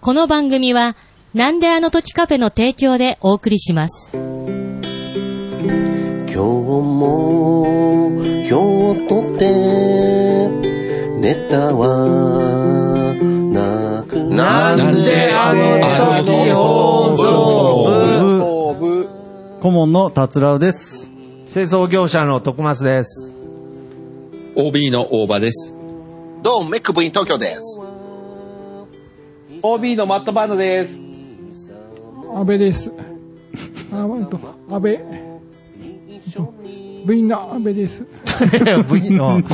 この番組は、なんであの時カフェの提供でお送りします。今日も今日とてネタはなくなんであの時放送部顧問の達郎です。清掃業者の徳松です。 OB の大場です。どうも、メック部員東京です。 OB のマットバンドです。安倍です。あ、えっと、安倍。えっと部員の安倍です。部員の。はい、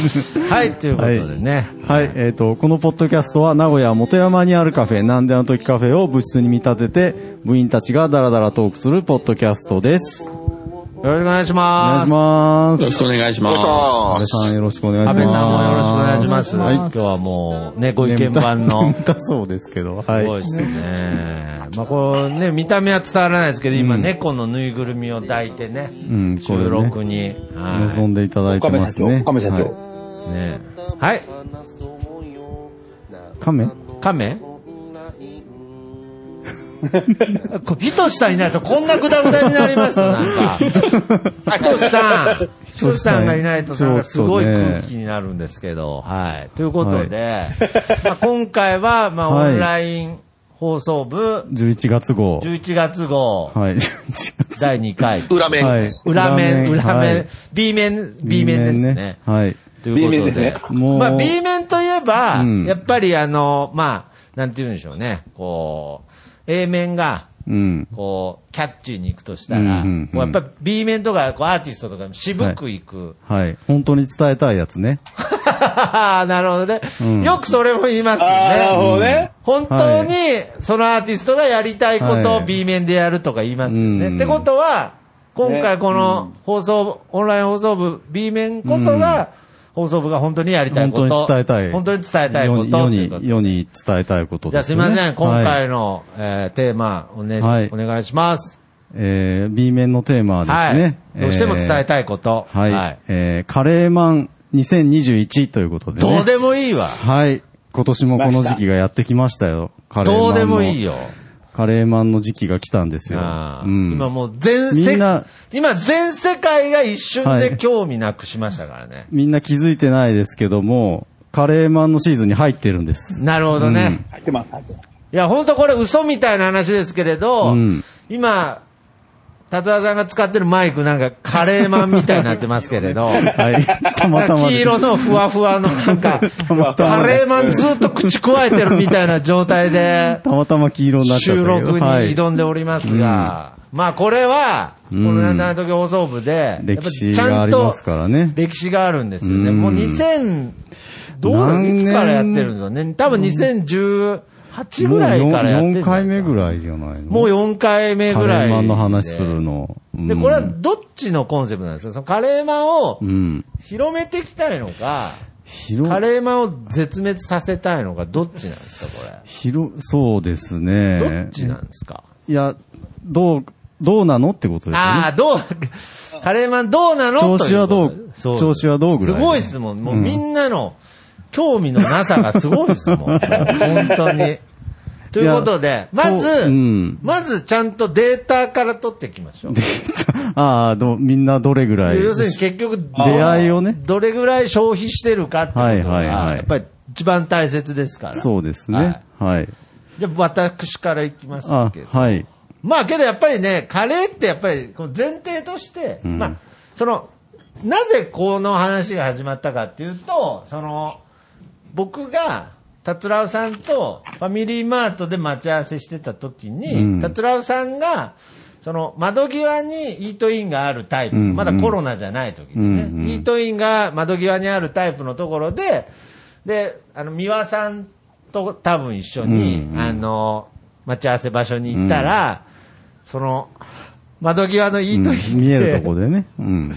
ということでね。はい、えっ、と、このポッドキャストは名古屋元山にあるカフェ、なんであの時カフェを部室に見立てて、部員たちがダラダラトークするポッドキャストです。よろしくお願いしお願まいす。しますよ。ろしくお願いします。安倍さんよろしくお願いしま安倍す。さんもよろしくお願いします。ははいい、今日はもう、ね、ご意見番の。だそうですけど、はすごいい。ですね。まあ、こうね、見た目は伝わらないですけど、今、うん猫のぬいぐるみを抱いてね、うん、これ収録に。ね、望は。んでいただいてますね。岡部社長岡部社長はいねはい。い、亀亀ひとしさんいないとこんなグダグダになりますよ、なんか。ひとしさん。ひとしさんがいないとなんかすごい空気になるんですけど、はい。ということで、まあ、今回は、まあ、はオいンライン放送部、 11月号。 11月号、はい、11月第2回。裏面。はい。裏面、裏は面い、 B 面、B 面ですね。はい。ということ B 面ですねもう、まあ、B 面といえば、うんやっぱりあの、まあ、なんて言うんでしょうね、こう、A 面が、うん。こう、キャッチーに行くとしたら、うんうんうんこうやっぱり B 面とか、こう、アーティストとか渋く行く。はい。本当に伝えたいやつね。なるほどね、うんよくそれも言いますよあーなるほね。どね。本当に、そのアーティストがやりたいことはをい B 面でやるとか言いますよね。うんってことは、今回この放送、オンライン放送部 B 面こそが、放送部が本当にやりたいこと。本当に伝えたい。本当に伝えたいこと世に世ということに、世に伝えたいことじゃであすすいよね。ません、今はい回の、えーテーマお,、ねはいお願いします。えー、B 面のテーマはですね。はい。どうしても伝えい。たいこと。はい。えー、カレーマン2021ということでね。どうでもいいわ。はい。今年もこの時期がやってきましたよ。カレーマンどの。うでもいい。よ。カレーマンの時期が来たんですよ。ああうん。今もう全世みんな今全世界が一瞬はでい興味なくしましたからね。みんな気づいてないですけども、カレーマンのシーズンに入ってるんです。なるほどね。うんい入ってます、入ってます。や、本当これ嘘みたいな話ですけれど、うん今、達和さんが使ってるマイクなんかカレーマンみたいになってますけれ ど、はい。たまたまです。黄色のふわふわのなんか、たまたまカですレーマンずっと口くわえてるみたいな状態で、たまたま黄色になっちゃった収けど。録にはい挑んでおりますが、まあこれは、こうんのなんだ時放送部で、歴史がありますからね。歴史があるんですよね。うんもう2000、どうなの何い年つからやってるんだね。多分2018ぐらいからやってるん4回目ぐい。らいじゃないのもう4回目ぐらカレい。ーマンの話する。の。で、うんこれはどっちのコンセプトなんですかそのカレーマンをうん。広めていきたいのか、広カ、レーマンを絶滅させたいのか、どっちなんですか、こ広、そうですれ。どね。っちなんですか、いや、どう、どうなのってことですあよあ、どう、カレーマンどうなの調子はどうといことで調子はどうぐらいすごいですもん。もううんみんなの興味のなさがすごいですもん。も う本当に。ということで、まこず、ううんまずちゃんとデータから取っていきましょう。ね。 ああ、どう、みんなどれぐらい。要するに結局、出会いをねどれぐらい消費してるかってことが、はいはいはいやっぱり一番大切ですから。そうですね。はい。じゃあ私からいきますあけど。はい。まあけどやっぱりね、カレーってやっぱりこう前提として、うんまあ、その、なぜこの話が始まったかっていうと、その、僕が、達郎さんとファミリーマートで待ち合わせしてた時うに、ん達郎さんが、その窓際にイートインがあるタイプ、うんうんまだコロナじゃない時にね、うんうんイートインが窓際にあるタイプのところで、で、あの、三輪さんと多分一緒に、うんうんあの、待ち合わせ場所に行ったら、その、窓際のイうーんトイン見えで、るとこでね。うん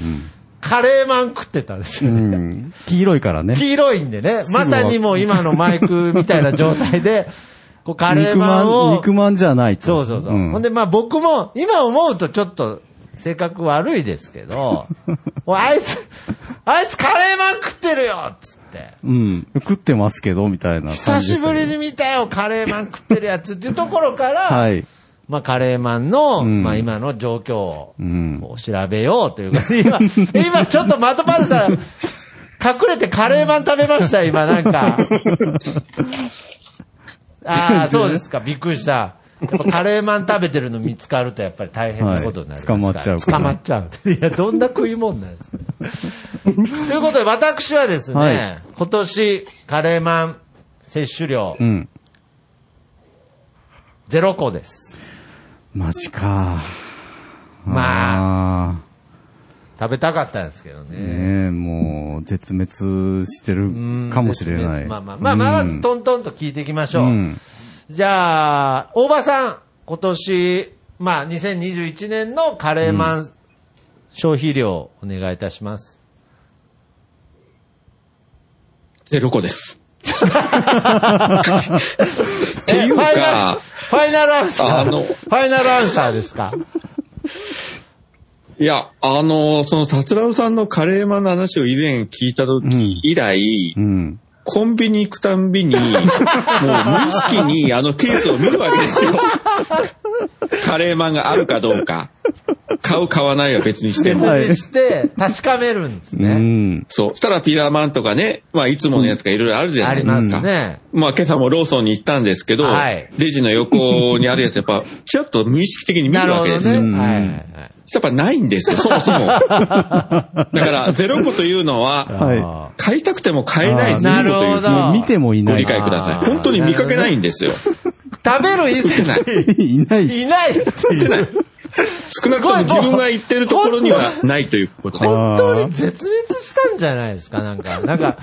カレーマン食ってたんですうよ。ん。うん。黄色いからね。黄色いんでね、すぐまわさにもう今のマイクみたいな状態で、こうカレーマンを。肉まんじゃないと。そうそうそう。んほんで、まあ僕も、今思うとちょっと、性 格悪いですけど、もうあいつ、あいつカレーマン食ってるよっつっって。うん。食ってますけど、みたいな感久じでししたぶね、りに見たよ、カレーマン食ってるやつっていうところから、はい。 まあ、カレーマンの、うんまあ、今の状況をうんこう調べようというか、 今、今ちょっとマトパンさん、隠れてカレーマン食べま した、今、なんか。ああ、そうですか、びっくりした。やっぱカレーマン食べてるの見つかるとやっぱり大変なことになりますから、はい捕まっちゃうから捕まっちゃう。いや、どんな食い物なん ですか。ということで、私はですね、はい今年、カレーマン摂取量うん。 0個です。マジか。まあ、あ食べたかったんですけどね。ー。ねえ、もう、絶滅してるかもしれない。まあまあ、まあまあ、うんトントンと聞いていきましょう。うんじゃあ、大場さん、今年、まあ、2021年のカレーマン、消費量、お願いいたします。 0 個です。ってえいうファイナルか、ファイナルアンサーあのファイナルアンサーですかいや、あの、その、達郎さんのカレーマンの話を以前聞いた時以来、うん。コンビニ行くたん びに、もう無意識にあのケースを見るわけですよ。カレーマンがあるかどうか。買う、買わないは別にしても。はいにして、確かめるんですうね。ん。そう。したらピラーマンとかね、まあいつものやつがいろいろあるじあゃないりですまか。すね。まあ今朝もローソンに行ったんですけど、はいレジの横にあるやつや っぱ、ちらっと無意識的に見なるるわほけどですよ。ね。はいはいはい。やっぱないんですよ、そも そも。だから、ゼロ個というのは、はい。買いたくても買えないあーゼロといなるほどうもう見てもいごな理い。解くださあーい。本当に見かけないんですよ。食べる以売ってない前 いない。にいないっていう。少なくとも自分が行ってるところにはないということで。本当に絶滅したんじゃないですか、なんか。なんか、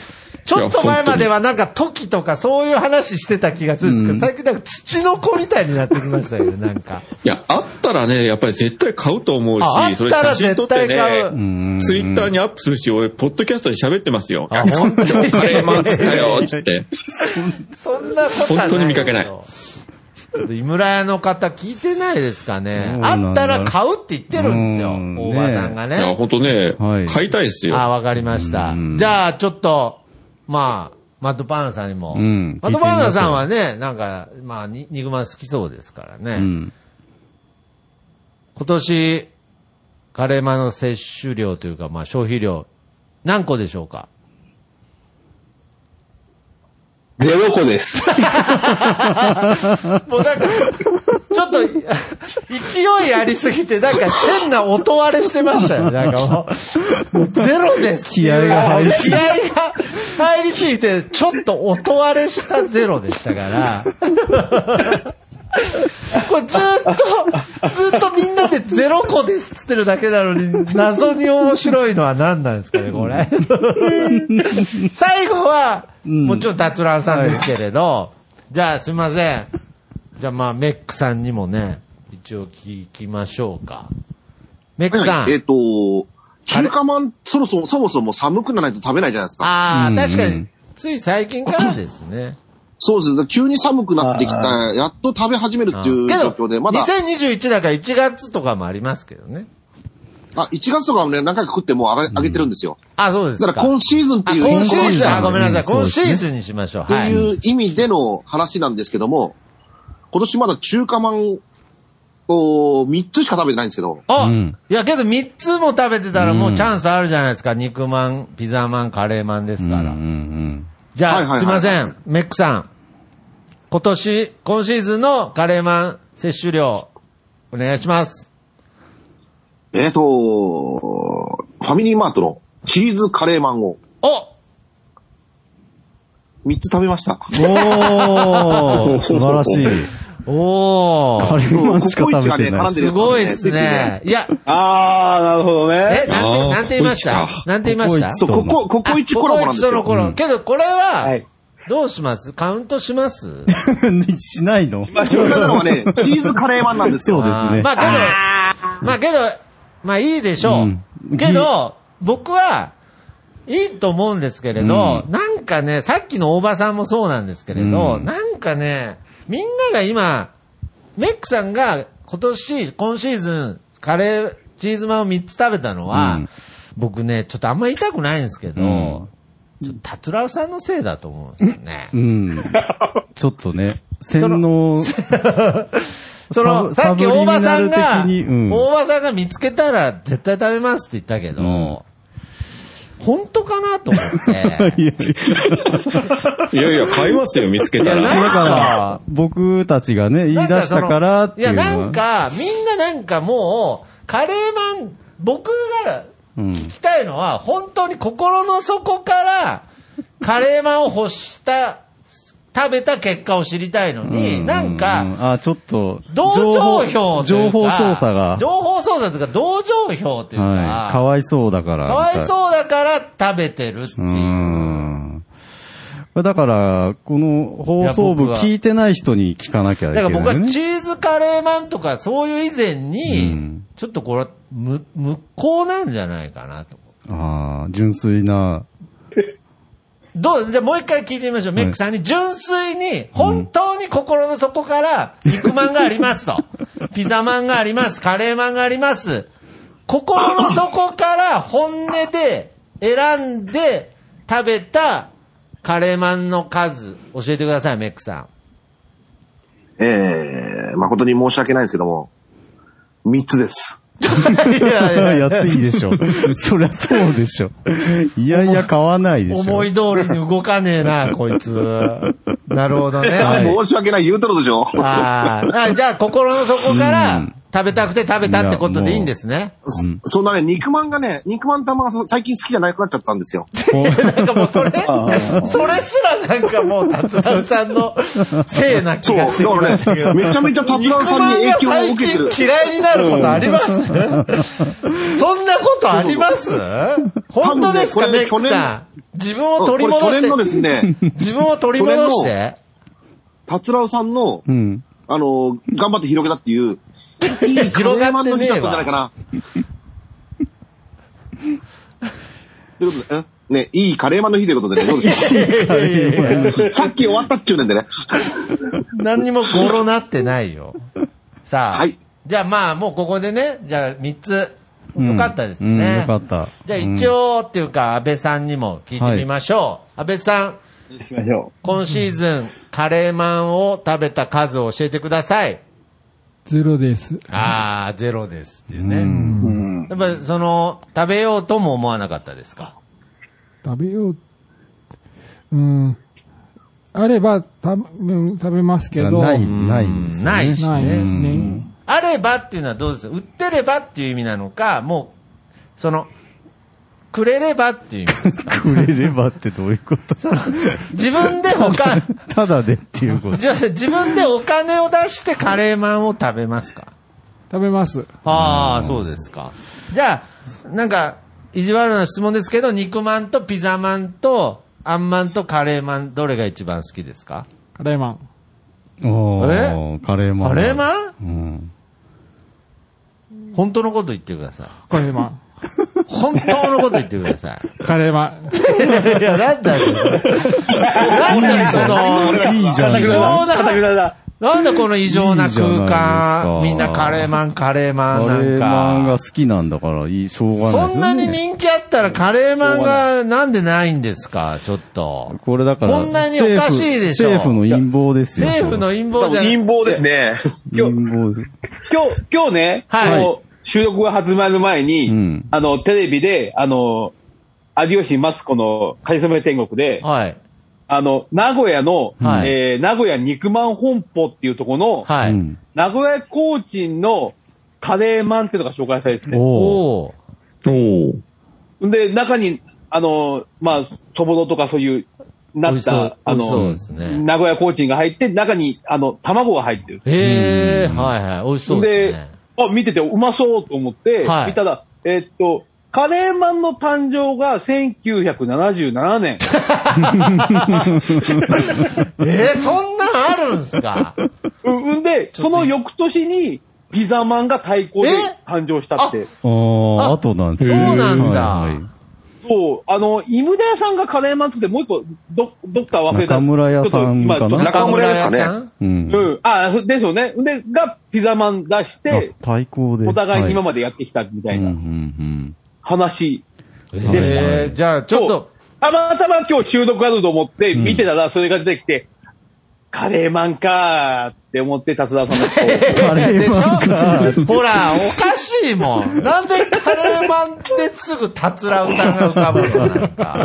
ちょっといや前本当にまではなんかトキとかそういう話してた気がするんですけど、最近なんか土の子みたいになってきましたよね、なんか。いや、あったらね、やっぱり絶対買うと思うああし、ったそれら写真撮って絶対買ううんね、ツイッターにアップするし、俺、ポッドキャストで喋ってますよ。あ本当に今日カレ ーマン食ったよ、つって。そんなことはない本当に見かけないちょっと井村屋の方聞いてないですかねそう。なんだあったら買うって言ってるんですよ、うん大場さんがいや、ね。本当ねはい、買いたいですよ。あ、わかりましたう。んじゃあ、ちょっと、まあ、マッドパンナさんにも。うんマッドパンナさんはね、なんか、まあ、に肉まん好きそうですからね。うん。今年、カレーマンの摂取量というか、まあ、消費量、何個でしょうかゼロ個です。もうなんか、ちょっと、勢いありすぎて、なんか変な音割れしてましたよね。なんかもう、もうゼロです。気合が入りす気合ぎが入りすぎて、ちょっと音割れしたゼロでしたから。これずっと、ずっとみんなでゼロ個ですっつってるだけなのに、謎に面白いのは何なんですかね、これ。 最後は、うんもちろん達郎さんですけれど、じゃあすいません。じゃあまあ、メックさんにもね、一応聞きましょうか。メックさん。はいえっ、と、中華まん、そろそろ、そもそも寒くならないと食べないじゃないですか。ああ、うん確かうにん、つい最近からですね。そうです。急に寒くなってきた、やっと食べ始めるっていうけ状ど、況で、まだ、 2021だから1月とかもありますけどね。あ、1月とかもね、何回か食ってもう上げ上げてるんですよ。あ、そうですだか。から今シーズンってあいう、今シーズン、あ、ごめんなさい。うんそう今ですシねーズンにしましょう。ってはい。いう意味での話なんですけども、今年まだ中華まんを3つしか食べてないんですけど、あ、うんいやけど3つも食べてたらもうチャンスあるじゃないですか。肉まん、ピザまん、カレーまんですうんうから。ん。じゃあ、はいはいはいすいません。メックさん。今年、今シーズンのカレーまん摂取量、お願いします。えっ、と、ファミリーマートのチーズカレーまんをお3つ食べました。おー、素晴らしい。おカー。レーマンしか食べてココイチがねな絡んいで。すごいですね。いや、あー、なるほどね。え、なんて、あーなんて言いましたココイチなんて言いましたそう、ここ、ここイチコラボなんですココイチとのよ。コラボうんけど、これは、はいどうしますカウントします しないのこれなのはね、チーズカレーまんなんですそうよ。ですね。まあけど、まあけど、まあいいでしょう。うんけど、僕は、いいと思うんですけれど、うなんかね、さっきの大場さんもそうなんですけれど、うんなんかね、みんなが今、メックさんが今年、今シーズン、カレー、チーズまんを3つ食べたのは、うん僕ね、ちょっとあんまり痛くないんですけど、うんちょっと達郎さんのせいだと思うんですよねう。ん。ちょっと ね、洗脳、その、さっき大場さんが、サブリミナル的にうん大場さんが見つけたら絶対食べますって言ったけ ど、うん本当かなと思って。 いやいやいや、買いま すよ、見つけたいやなら。だから、僕たちがね、言い出したからっていうのなは。んかそのいや、なんか、みんななんかもう、カレーマン、僕がうん、聞きたいのは、本当に心の底から、カレーマンを欲した、食べた結果を知りたいのに、なんううか、あ、ちょっと、同情票とい情うか報操作が、情報操作というか、同情票というか、はい、かわいそうだから。かわいそうだから食べてるっていうう。ん。だから、この放送いや部僕は聞いてない人に聞かなきゃいだけかならい、ね。僕はチーズカレーマンとかそういう以前に、うんちょっとこれは無、無効なんじゃないかなと。ああ、純粋な、どう、じゃあもう一回聞いてみましょう。メックさんに、純粋に、本当に心の底から、肉まんがあり ますと。ピザまんがあります。カレーまんがあります。心の底から本音で選んで食べたカレーまんの数、教えてください、メックさん。 ええ誠に申し訳ないんですけども、3つです。いやいや安い でしょ。そりゃそうでしょ。いやいや、買わないでしょ。思い通りに動かねえ な、こいつ。なるほどね。あはい申し訳ない言うとるでしょ。あーあ、じゃあ心の底かうらん食べたくて食べたってことでいいんですね。うんそんなね、肉まんがね、肉まん玉がそ最近好きじゃなくなっちゃったんですよ。 こうなんかもうそれ、それすらなんかもう達郎さんのせいな気そう。がだしてきかまらしたけど。ね、めちゃめちゃ達郎さんに影響を受けて肉るまんが最。近嫌いになることありますそんなことあります本当ですか、多分メねッこクれ去さ年ん。自分を取り戻これ去年のでしすて、ね、自分を取り戻し去て。達郎さんの、うん。あの、頑張って広げたっていう、いいカレーマンの日だったんじゃないかな。ということで、えね、いいカレーマンの日ということでね、どうでし ょうさっき終わったっちゅうねんでね。何にもゴロなってないよ。さあ。はいじゃあまあ、もうここでね、じゃあ3つ。うんよかったですね。うんよかったじゃあ一応、っていうか、安倍さんにも聞いてみましょう。安倍さん、しましょ今シーズン、カレーマンを食べた数を教えてください。ゼロです。あー、ゼロですっていううね。んう。うん。やっぱ、その、食べようとも思わなかったですか食べよう。うん。あれば、た、うん、食べますけど。ない、なないですね。ないしいですね。ね。あればっていうのはどうです売ってればっていう意味なのか、もう、その、くれればっていう意味。くれればってどうい うこと自分でお金、ただでっていうこと。 じゃあ自分でお金を出してカレーマンを食べますか食べます。ああ、そうですか。じゃあ、なんか、意地悪な質問ですけど、肉まんとピザまんと、あんまんとカレーマン、どれが一番好きですかカレーマン。おーカレーマン。カレーマンうん。本当のこと言ってください。カレーマン。本当のこと言ってくださカレーマン。 い。いや、なんだよ。なんだよ、その、いいじゃん。異常な、だだ。なんだこの異常な空間。いいじゃないですかみんなカレーマン、カレーマンなカんか。レーマンが好きなんだから、いい、しょうがない。そんなに人気あったらカレーマンがなんでないんですかちょっと。これだから、こんなにおかしいでしょ政府の陰謀ですよ。政府の陰謀じゃ、陰謀ですね。陰謀です。今日、今日ね、はいあの収録が始まる前に、うんあの、テレビで、あの、有吉松子のかりそめ天国で、はい。あの、名古屋の、はいえー名古屋肉まん本舗っていうところの、はい。うん名古屋コーチンのカレーマンっていうのが紹介されてて、おお。おお。おーで、中に、あの、まあ、そぼろとかそういう、な美味っしそうた、あ美味のし、そうですね名古屋コーチンが入って、中に、あの、卵が入ってる。へえ、はいはい。美味しそうですね。あ、見ててうまそうと思って、はい見たら、えっと、カレーマンの誕生が1977 年。えー、そんなんあるんすかうんで、その翌年に、ピザマンが対抗で誕生したって。あああ、あとなんですそうなんだはいはいそう、あの、イムダヤさんがカレーマン作って、もう一個、ど、どっか忘れた。中村屋さんかなちょっと今中村屋ですかね中村屋さんうんう。ん。あ、そうですよね。で、が、ピザマン出して、あ対抗で。お互いに今ままでやってきたみたいうん、うん、う。なん話。えー、じゃあ、ちょっと、たまたま今日収録あると思って見てたら、それが出てきて、カレーマンかーって思って、達田さんの顔を。カレでーしマンか。ょほら、おかしいもん。なんでカレーマンですぐたつらうさんが浮かぶのなんか。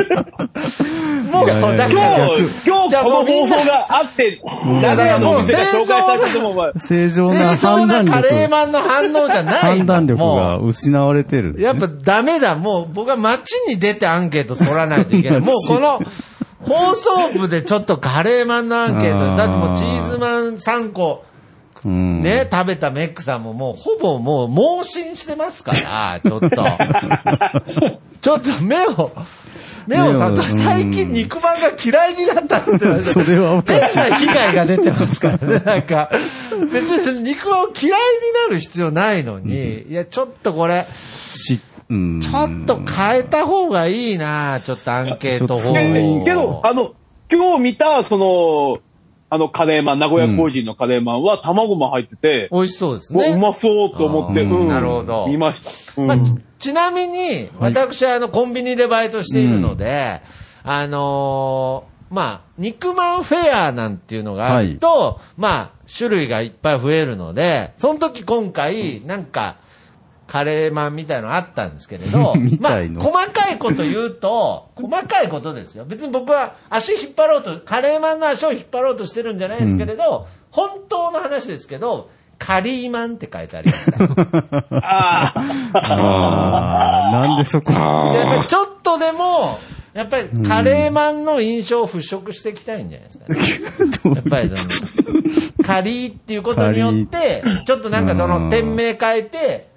もう、いやいやだかいやら、今日、今じゃ日あこものうみん放な送があって、だからもう店が紹介されてても、まあ正常な正判常な断カレー力。マンの反応じゃない。判断力がも失われてる。う。やっぱダメだ。もう僕は街に出てアンケート取らないといけない。 もうこの、放送部でちょっとカレーマンのアンケート、だってもうチーズマン3個、うんね、食べたメックさんももうほぼもう盲信してます から、ちょっと。ちょっと目を、目をさ目を、最近肉まんが嫌いになったって言われて。それはおかしい変な被害が出てますからね、 なんか。別に肉まんを嫌いになる必要ないのに、いや、ちょっとこれ、し、うん。ちょっと変えた方がいいなちょっとアンケート方法おーけど、あの、今日見た、その、あの、カレーマン、名古屋工人のカレーマンは、卵も入ってて、美味しそうですうね。うまそうと思って、あー、うんなるほど見ました。うんまあ、ちちなみに、私はあのコンビニでバイトしているので、あのーまあ、肉まんフェアなんていうのがあると、まあ、種類がいっぱい増えるので、その時今回、なんか、カレーマンみたいのあったんですけれどみまあ、たいの細かいこと言うと、細かいことですよ。別に僕は足引っ張ろうと、カレーマンの足を引っ張ろうとしてるんじゃないですけれど、本当の話ですけど、カリーマンって書いてありました。ああ、ああ、なんでそこ。あやっぱありちょっとでも、やっぱりカレーマンの印象を払拭していきたいんじゃないです か、ね。やっぱりその、カリーっていうことによって、ちょっとなんかそうんの店名変えて、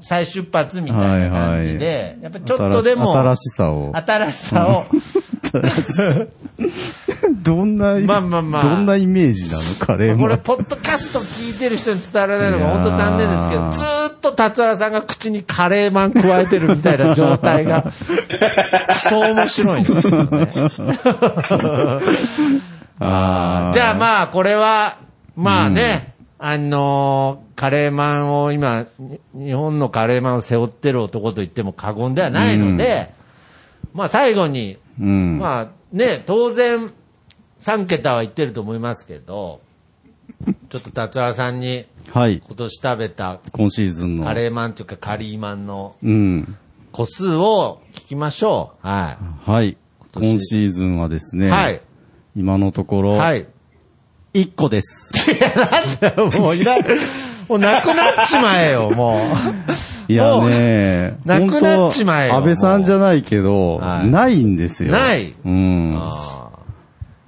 再出発みたいな感じで、はやっぱりちょっとでも、新しさを。新しさを、どんな、まあまあまあどんなイメージなのカレーこマれ、ン。ポッドキャスト聞いてる人に伝わらないのが本当残念ですけいやど、ーずーっと達原さんが口にカレーマン加えてるみたいな状態 が、そう面白いんですよね。あじゃあまあ、これは、まあね、あのーカレーマンを今、に日本のカレーマンを背負ってる男と言っても過言ではないので、まあ最後に、あ、うん。まあね、当然、3桁は言ってると思いますけど、ちょっと達原さんにはい。今年食べた今シーズンの。カレーマンというかカリーマンのうん。個数を聞きましょう。ははい。今年今シーズンはですい。ね。はい。今のところ、はい。 1個です。もういない、もうなくなっちまえよ、もう。いやねもう本当なくなっちまえよ安倍さんじゃないけど、はいないんですよ。ない うん。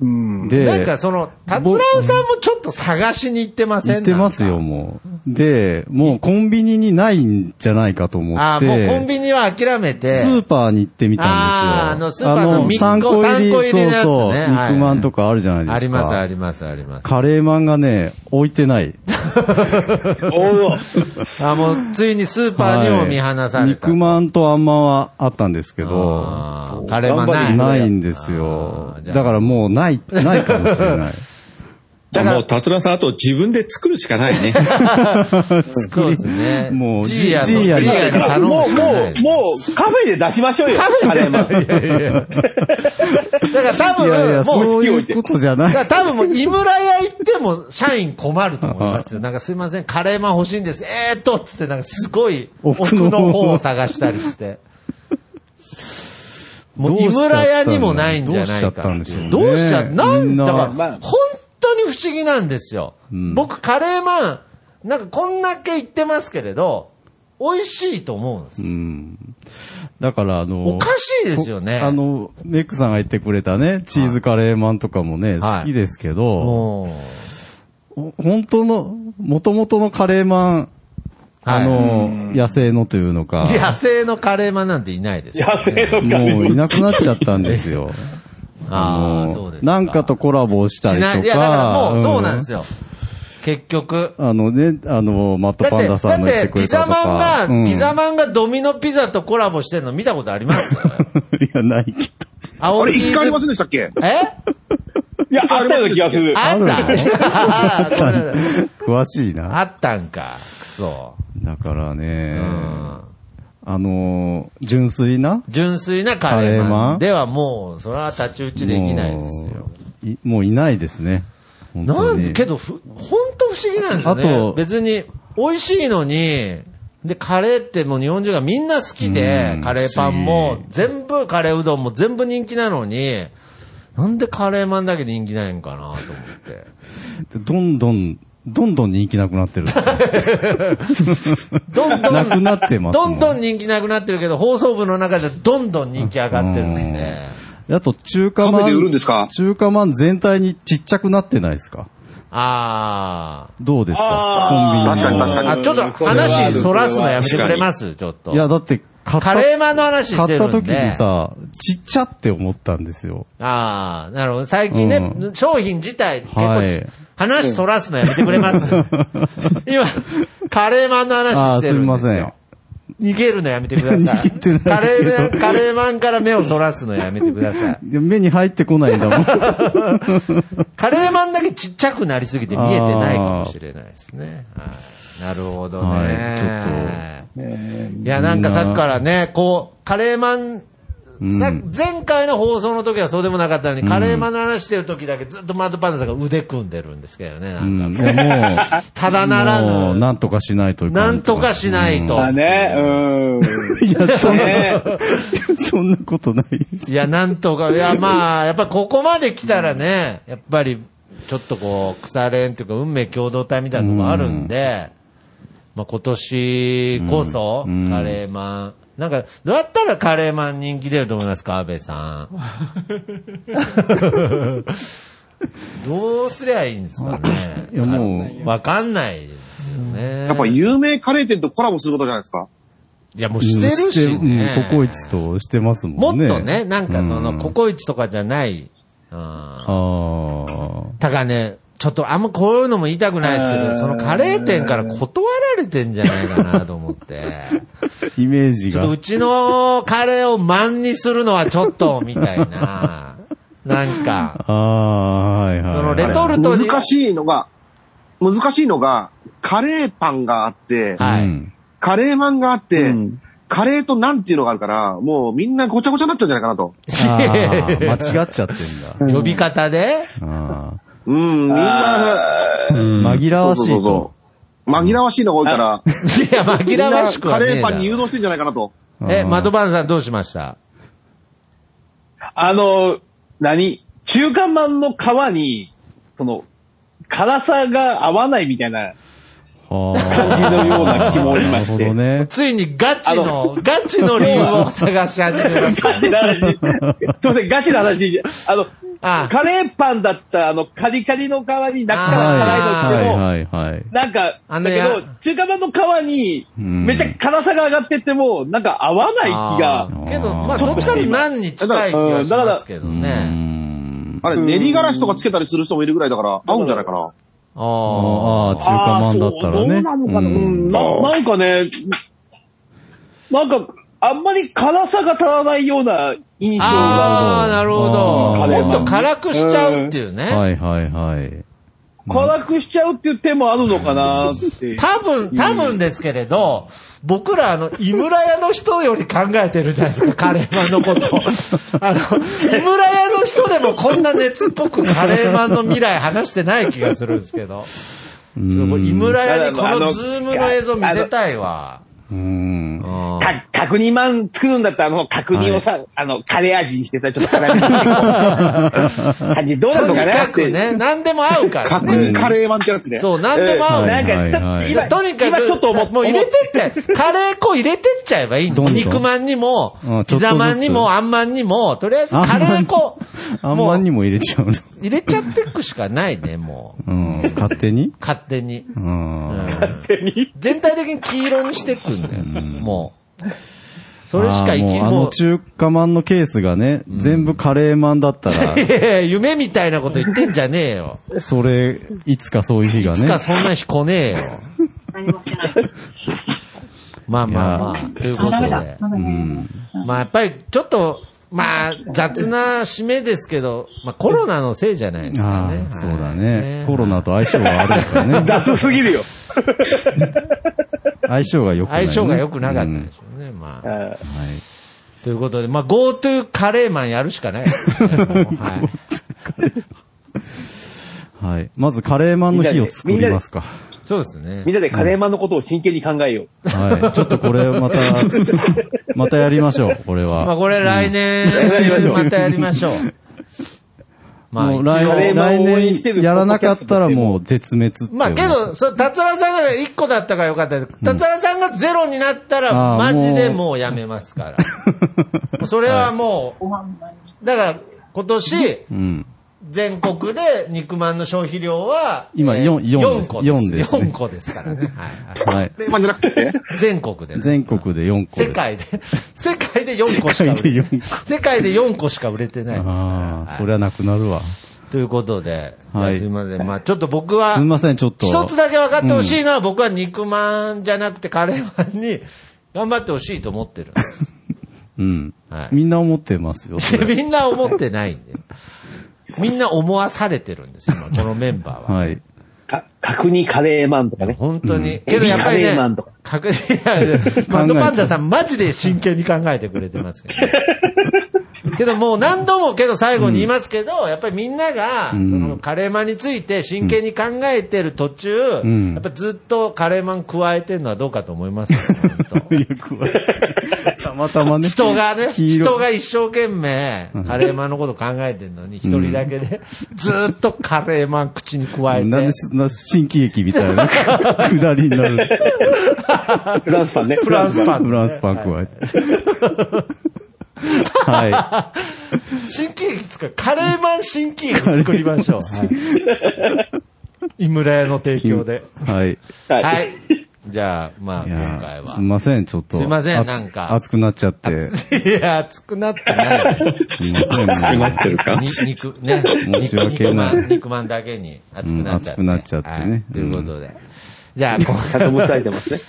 うん。で、なんかその、達郎さんもちょっと探しに行ってません言ってますよ、。もう。で、もうコンビニにないんじゃないかと思って。ああ、もうコンビニは諦めて。スーパーに行ってみたんですよ。あーあのスーパーのみっこ3個入り、三個入りのやつねそうそう、はい肉まんとかあるじゃないですか。あります、あります、あります。カレーマンがね、置いてない。おお、あ、もう、ついにスーパーにも見放さはいれた。肉まんとあんまんはあったんですけど、あーカレーマンない。ないんですよあ。ーじゃあだからも うない、ないかもしれない。じゃあもう、達郎さん、あと自分で作るし かないね。そうですね。もうジーヤジーヤにに頼むもう、しかなも、いうもう、カフェで出しましょうよ、カレーマン。だから多いやいや、分、もう、そういうことじゃなだからい。多分もう、井村屋行っても、社員困ると思いますよ。なんかすいません、カレーマン欲しいんです。えーっと、つって、なんかすごい、奥奥の方の方を探したりして。もう、井村屋にもないんじゃないかっていう。どどううししちちゃゃっったんたでしょうなねんだみかんなら、本当に不思議なんですよ。ん僕、カレーマン、なんかこんだけ言ってますけれど、美味しいと思うんです。うん。だから、あの、おかしいですよね。あの、メックさんが言ってくれたね、チーズカレーマンとかもね、はい好きですけど、もう、ほ本当の、元々のカレーマン、はいあの、野生のというのか、野生のカレーマンなんていないですよ。野生のカレもうーいマン。なくなっちゃったんですよ。 あのあ、そうですなんかとコラボしたしりとなか。い。いや、だからもう、そうなんですよ。よ。結局。あのね、あの、マットだっパンて、ダさんの言だっってて、くれピたザとかマ。ンが、ピザンマンがドミノピザとコラボしてるの見たことあります いや、ないけど。ああれ、一回ありませんでしたっけえいや、あったような気がする。あったあごめんなさい詳しいな。あったんか。くそ。だからうね、ん。あのー純粋な純粋なカレーカレーママンンではもう、それは太刀打ちできないですよも。ういもういないですね。本な当にんけど、ふ、ほんと不思議なんですよね。あと別に、美味しいのに、で、カレーってもう日本中がみんな好きで、うんカレーパン不も思、全部カレーうどんも全部人気なのに、なんでカレーマンだけ人気ないんかなと思って。どんどん、どんどん人気なく なってる。どんどん、なくなってますもどんどん人気なくなってるけど、放送部の中じゃどんどん人気上がってるんで。あと、中華カフまェで売るんん、ですか中華まん全体にちっちゃくなってないですかあどうですかコンビニのあー確かに確かあ。にあ、ちょっと話そらすのやめてくれますちょっと。いや、だって、買ったカ、レーマンの話して買っるたんで。時にさ、ちっちゃって思ったんですよ。ああ、なるほど。最近ね、う商品自体、結構、はい話そらすのやめてくれます 今、カレーマンの話あしーてするみんでますせんよ。。逃げるのやめてください。 逃げてないけどカレーマン、カレーマンから目をそらすのやめてください。いや目に入ってこないんだ もん。カレーマンだけちっちゃくなりすぎて見えてないかもしれないですね。はいなるほどね。はちょっと。いや、なんかさっきからね、こう、カレーマン、うんさ前回の放送の時はそうでもなかったのに、カレーマンの話してる時だけずっとマッドパンダさんが腕組んでるんですけどね。なうんかん、いやもう、ただならもうぬ、なんとかしないというなんとかしないと。だね、うん。うん いや、そんねな、そんな ことない。いや、なんとか、いや、まあ、やっぱりここまで来たらね、やっぱり、ちょっとこう、腐れんというか、運命共同体みたいなのもあるんで、まあ今年こそ、うんカレーマン、なんか、どうやったらカレーマン人気出ると思いますか、安倍さん。どうすりゃいいんですかね。いや、もう、わかんないですよね。やっぱい有名カレー店とコラボすることじゃないですか。や、もうしてるうしんしてね。うん、ココイチとしてますももっんね。とね、なんかその、うんココイチとかじゃない、うんあだからね、ちょっとあんまこういうのも言いたくないですけあど、ーそのカレー店から断られてんじゃないかなと思 って。ーイメージちょっがとう。ちのカレーを満にするのはちょっと、みたいな。 なんか、ああ、はいはい。そのレトルトに。難しいのが、難しいのが、カレーパンがあって、はいうんカレーマンがあって、うんカレーとなんていうのがあるから、もうみんなごちゃごちゃになっちゃうんじゃないかなと。あ ー間違っちゃってんだ。呼び方で、あ うん、みんな、ー紛らわしいそうそうとそ。う紛らわしいのが多いから、いや、紛らわしくはカねレえーなパンに誘導してんじゃないかなと。え、あー窓番さんどうしましたあの、何中華まんの皮に、その、辛さが合わないみたい な、感じのような気もしましてなるほどね。ついにガチの、ガチの理由を探し始めましガた。チな話。すいません、ガチな話。あの、あカレーパンだったあの、カリカリの皮に中からあ辛いのっても、はいはいはい。なんか、あだのけど、中華まんの皮に、うんめっちゃ辛さが上がってっても、なんか合わない気が、あけど、まあ、どっちかの何に近い気がしますけどね。ね。あれ、練りがらしとかつけたりする人もいるぐらいだから、合うんじゃないかな。あああ、中華まんだったらね。あーそうどうなのかな、ううんんななんかね、なんか、あんまり辛さが足らないような印象が、ああ、なるほあど。ーもっと辛くしちゃうっていうね。はいはいはい。辛くしちゃうっていう手もあるのかなって。多分、多分ですけれど、僕らあの、井村屋の人より考えてるじゃないですか、カレーマンのこと。あの、井村屋の人でもこんな熱っぽくカレーマンの未来話してない気がするんですけど。うんちょっとこれ井村屋にこあのあののズームの映像見せたいわ。うん。うんか、角煮まん作るんだったら、あの、角煮をさ、あの、カレー味にしてさ、ちょっと辛い感じ、どうなとのにかなかっくて。ね、何でも合うから角ね。煮カレーマンってやつね。そう、何でも合うはねいなんか、だはい今、とにかく、今ちょっと思っもう入れてっちゃえ。カレー粉入れてっちゃえばいいどんの。どん肉まんにもうん、ちょっとずつ刻まんにも、あんまんにも、とりあえずカレー粉、あんまんにも入れちゃうの。入れちゃってくしかないね、もう。うん。勝手に勝手に。ううんん。全体的に黄色にしてくんだよ、もう。それしか生きあーもうもあの中華まんのケースがね、全部カレーまんだっ たう、いやいや夢みたいなこと言ってんじゃねえ よ。ら、それ、いつかそういう日いがつね。かそんな日来ねえよ。 何もしてない。まあまあまあ、ということあ、ダメでだ。。まだうん。まあやっぱりちょっと、まあ雑な締めですけど、まあコロナのせいじゃないですかあね。あ、そうだはねい。コロナと相性が悪いから ね。雑すぎるよ。相性が良くない、相性が良くなかったでししょうね。まあ。えということで、まあ、GoTo カレーマンやるしか ないですね、もうはい。はい。まずカレーマンの日を作りますか。そうですねーみ。んなでカレーマンのことを真剣に考えよう。はい。ちょっとこれ また、またやりましょう、これまあ、は。これ来年、またやりま しょう。まあ、もうカレ来ーマ来ンを応援して年るやらなかったらもう絶滅って。まあけ、ど、そう、達郎さんが1個だったからよかったです。達郎さんがゼロになったら、あーマジでもうやめますから。 もうそれはもう、だから、今年、うん。全国で肉まんの消費量は、今四四で4す個です。四です4ね個です からね。はいはい。で、まあじゃなくて、はい。全国でね。全国で4個で世界で、世界で4個しか売れ世界で四世界で4個しか売れてないですから。ああ、はいそりゃなくなるわ。ということで、はいいやすみません。まあちょっと僕は、すみません、ちょっと。一つだけ分かってほしいのは、僕は肉まんじゃなくてカレーマンに 頑張ってほしいと思ってるんです。うん。はいみんな思ってますよ、それみんな思ってないんで。みんな思わされてるんです、今、このメンバーは。はい。か、角煮カレーマンとかね。本当に。うんけどやっぱりカレねーマンとか、確実に、マッドパンダさんマジで真剣に考えてくれてますけ ど。けどもう何度もけど最後に言いますけど、やっぱりみんなが、そうんのカレーマンについて真剣に考えてる途中、んやっぱずっとカレーマン加えてるのはどうかと思いますよ、本当 たまたまね。人がね、黄色人が一生懸命カレーマンのこと考えてるのに、一人だけで、ずっとカレーマン口に加えて。なんでし、な新喜劇みたい な、くだりになる。フランスパンね。フランスパンフランスパン加えて。は新喜劇作る。カレーマン新喜劇作りましょ う。はい、井村屋の提供で。い。はい。ン。は。はいい。じゃあ、まあ、い今回やはす。みません、ちょっと。すいません熱なんか熱くなっちゃって。いや、熱くなってない。すみませんもうなくなってるかに肉、ね。申し訳な肉まいん肉まんだけに熱くなっちゃって、うん熱くなっちゃってねはいということで。じゃあ、こちゃんと蒸されてますね。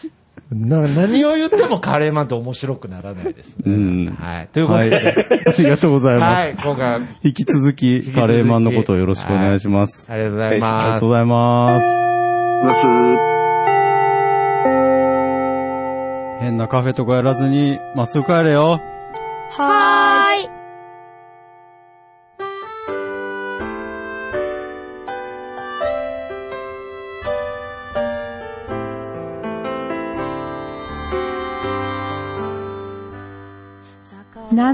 うな何を言ってもカレーマンって面白くならないですうね。ん。はい。ということで。はいありがとうございます。はい、今回、あり引き続き、カレーマンのことをよろしくお願いします。がとうございありがまとすう。ございます。夏、変なカフェとかやらずに、まっすぐ帰れよ。はーい。 な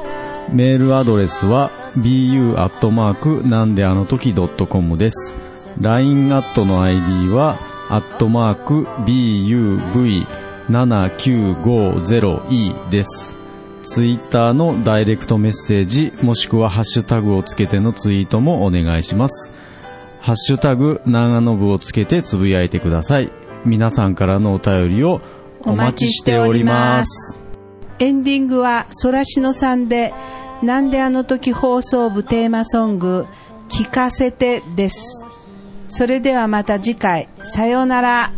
メールアドレスは bu なんであの時 .com です。LINE アットの ID は、アットマーク buv7950e です。ツイッターのダイレクトメッセージ、もしくはハッシュタグをつけてのツイートもお願いします。ハッシュタグ、長野部をつけてつぶやいてください。皆さんからのお便りをお待ちしております。エンディングはソラシノさんで、なんであの時放送部テーマソング、聞かせてです。それではまた次回、さようなら。